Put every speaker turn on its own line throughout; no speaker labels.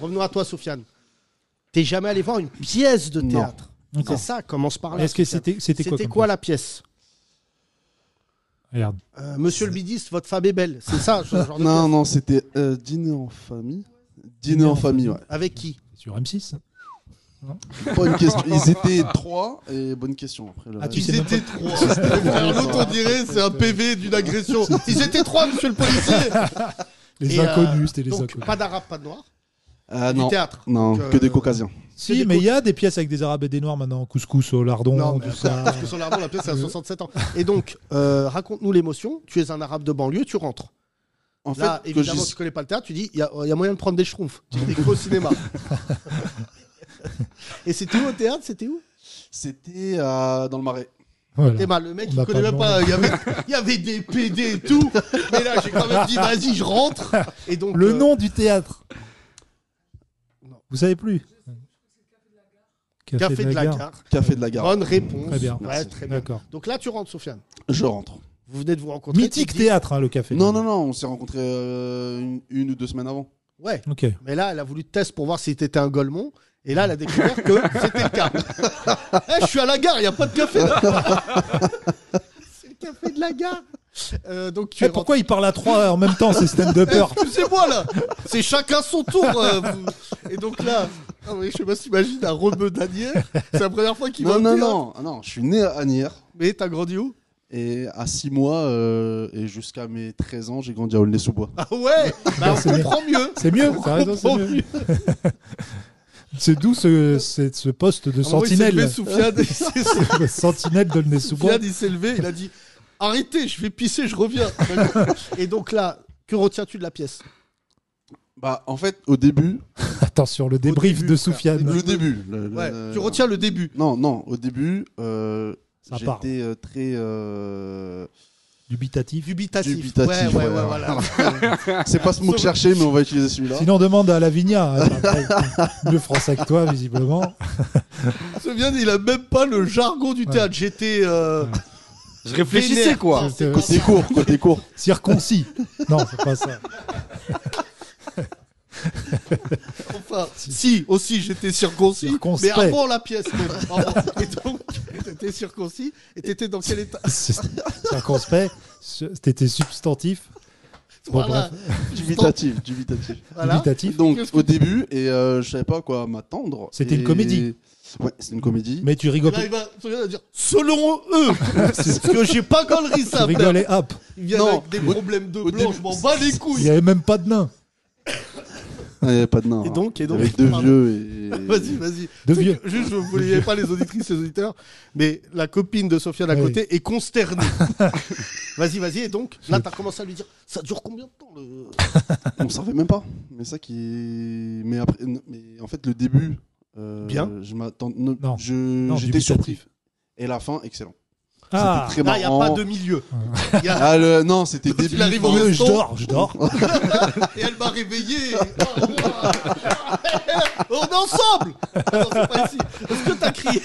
Revenons à toi, Soufiane. T'es jamais allé voir une pièce de
Non.
théâtre. C'est
D'accord.
ça, commence par là.
Est-ce que
Soufiane.
c'était- c'était quoi
Ah, C'était
comme
quoi
pièce
la pièce
Regarde.
Euh, Monsieur le bidiste, votre femme est belle. C'est ça, ce genre de
Non,
pièce.
non, c'était euh, dîner en famille. Dîner, en famille, ouais.
Avec qui
Sur M6
Ah,
Bonne question. Ils étaient trois et bonne question après. le
Ah, tu
reste.
sais
Ils
même
étaient trois. L'autre, on dirait, c'est un PV d'une agression. Ils étaient trois, monsieur le policier.
Les
Et, euh,
inconnus, c'était les
donc,
inconnus.
Pas d'arabe, pas de noir.
Ah,
Du
non,
théâtre.
non,
Donc,
que des
euh,
caucasiens.
c'est
Si,
des
mais
co-
il y a des pièces avec des arabes et des noirs maintenant. Couscous au lardon,
Non,
tout
mais
ça.
Parce que son arbre, la pièce, c'est à 67 ans. Et donc, euh, raconte-nous l'émotion. Tu es un arabe de banlieue, tu rentres.
En fait,
Là,
que
évidemment,
j'y-
tu connais pas le théâtre, tu dis, il y, a- il y a moyen de prendre des schtroumpfs. Tu découvres au cinéma. Et c'était où au théâtre C'était où
c'était euh, dans le marais.
Voilà.
T'es mal, le mec,
On
il
a
connaît
pas
même
le
pas. Il y, avait, il y avait des PD et tout. Mais là, j'ai quand même dit, vas-y, je rentre. Et donc,
Le
euh,
nom du théâtre
Non.
Vous savez plus
Café de la gare.
Café de la gare.
Bonne réponse.
Très bien.
Ouais,
Merci.
très bien.
D'accord.
Donc là, tu rentres, Sofiane.
Je rentre.
Vous venez de vous rencontrer.
Mythique
tu dis-
théâtre, hein, le café. de
Non,
la
non,
Gare.
non, on s'est rencontrés euh, une, une ou deux semaines avant.
Ouais.
Ok.
Mais là, elle a voulu te tester pour voir si t'étais un golemon. Et là, elle a découvert que c'était le cas. Eh, je suis à la gare, il n'y a pas de café. C'est le café de la gare. Euh, donc tu
Eh,
es rentré-
pourquoi ils parlent à trois en même temps, ces stand-uppers
Excusez-moi là, c'est chacun son tour. euh, vous- Et donc là, ah oui, je sais pas si t'imagines un rebeu d'Anières. C'est la première fois qu'il va
Non,
au
non,
théâtre.
non, ah non, je suis né à Agnières.
Mais t'as grandi où
Et à 6 mois euh, et jusqu'à mes 13 ans, j'ai grandi à Aulnay-sous-Bois.
Ah ouais, bah, on comprend mieux.
C'est mieux, t'as raison, c'est
comprend
mieux. C'est d'où ce, c'est ce poste de
À un moment, Ah, il s'est levé,
sentinelle.
Soufiane, il s'est-
Le sentinelle de Nesouba.
Soufiane, il s'est levé, il a dit Arrêtez, je vais pisser, je reviens. Et donc là, que retiens-tu de la pièce
Bah, en fait, au début,
Attention, le débrief
début,
de
frère,
Soufiane.
le début. le- le-
Ouais,
le-
tu retiens le début.
Non, non, au début, euh,
Ça part.
j'étais euh, très. euh,
Dubitatif.
Dubitatif.
Dubitatif,
ouais, ouais,
ouais,
ouais,
ouais.
voilà.
C'est pas ce mot que je cherchais, mais on va utiliser celui-là.
Sinon, on demande à Lavinia. hein, t'as pas Mieux français que toi, visiblement.
Soufiane, il a même pas le jargon du
Ouais.
théâtre. J'étais. euh,
Je réfléchissais,
Vénère.
quoi.
C'était
Côté court, côté court.
Circoncis. Non, c'est pas ça.
Enfin, si, aussi, j'étais circoncis.
Circonspect.
Mais avant la pièce. donc, pardon. Et donc, t'étais circoncis. Et t'étais dans quel état
C'est- Circonspect. C'était substantif. Bon,
Voilà.
Dubitatif, dubitatif.
Voilà.
Dubitatif.
Donc,
Qu'est-ce que
au début, et euh, je savais pas quoi m'attendre.
C'était
et-
une comédie.
Ouais, c'était une comédie.
Mais tu rigoles.
Là, il va Soufiane va dire Selon eux, parce que j'ai pas gaulerie
Tu
ça, frère.
rigolais, hop.
Ils viennent
Non.
avec des
Au-
problèmes de
au
blanc,
début-
je m'en bats les
Il
couilles.
n'y avait même pas de nain.
Il n'y avait pas de nain.
Et donc, et donc.
Avec deux
pardon.
vieux et.
Vas-y, vas-y.
De
Tu sais
vieux.
que- Juste, je voulais pas les auditrices et les auditeurs, mais la copine de Sofiane à
Oui.
côté est consternée. vas-y, vas-y. Et donc, là, t'as commencé à lui dire, ça dure combien de temps le...
On savait même pas. Mais ça qui. est- Mais après, non, mais en fait, le début. euh,
Bien.
Je m'attends. ne-
Non.
je-
Non,
J'étais surpris.
dubitatif.
Et la fin, excellent.
Ah,
C'était très
Là, il n'y a
marrant.
pas de milieu. Y a-
Ah, le- non, c'était
Quand il
début.
arrive au
fin.
restaurant,
je dors, je dors.
Et elle m'a réveillé. Oh, wow. On est ensemble Ah non, c'est pas ici. Est-ce que t'as crié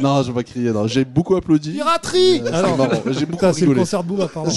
Non, je vais pas crier. non. J'ai beaucoup applaudi.
Piraterie
Euh, c'est
Alors,
marrant. J'ai beaucoup
Putain, c'est le
rigolé.
concert de Booba, pardon.